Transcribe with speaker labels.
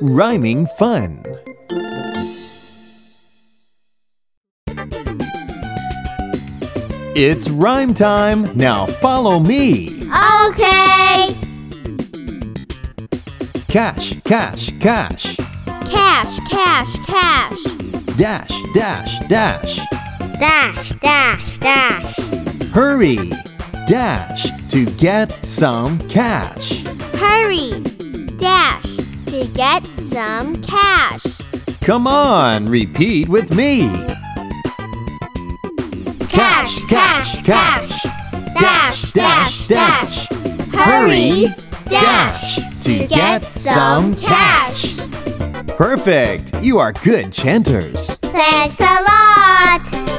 Speaker 1: Rhyming fun. It's rhyme time. Now follow me.
Speaker 2: Okay.
Speaker 1: Cash, cash, cash.
Speaker 2: Cash, cash, cash.
Speaker 1: Dash, dash, dash.
Speaker 2: Dash, dash, dash.
Speaker 1: Hurry, dash to get some cash.
Speaker 2: Hurry. Dash to get some cash.
Speaker 1: Come on, repeat with me. Cash, cash, cash. Dash, dash, dash. Hurry, dash to get some cash. Perfect. You are good chanters.
Speaker 2: Thanks a lot.